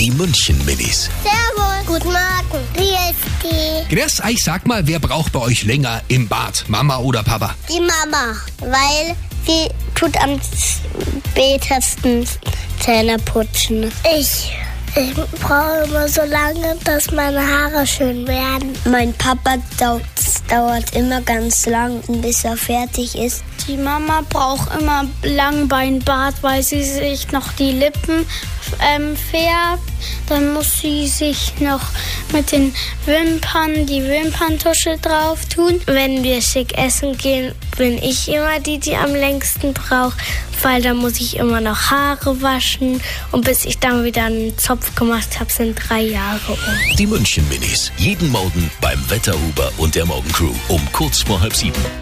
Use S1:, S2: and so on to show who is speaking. S1: Die München-Minis.
S2: Servus. Guten Morgen. Wie
S1: Grüß euch, sag mal, wer braucht bei euch länger im Bad? Mama oder Papa?
S2: Die Mama. Weil sie tut am spätesten Zähne putzen. Ich. Ich brauche immer so lange, dass meine Haare schön werden. Mein Papa dauert, dauert immer ganz lang, bis er fertig ist.
S3: Die Mama braucht immer Langbeinbart, weil sie sich noch die Lippen ähm, färbt. Dann muss sie sich noch mit den Wimpern die Wimperntusche drauf tun. Wenn wir schick essen gehen, bin ich immer die, die am längsten braucht, weil dann muss ich immer noch Haare waschen. Und bis ich dann wieder einen Zopf gemacht habe, sind drei Jahre um.
S1: Die München-Minis. Jeden Morgen beim Wetterhuber und der Morgencrew um kurz vor halb sieben.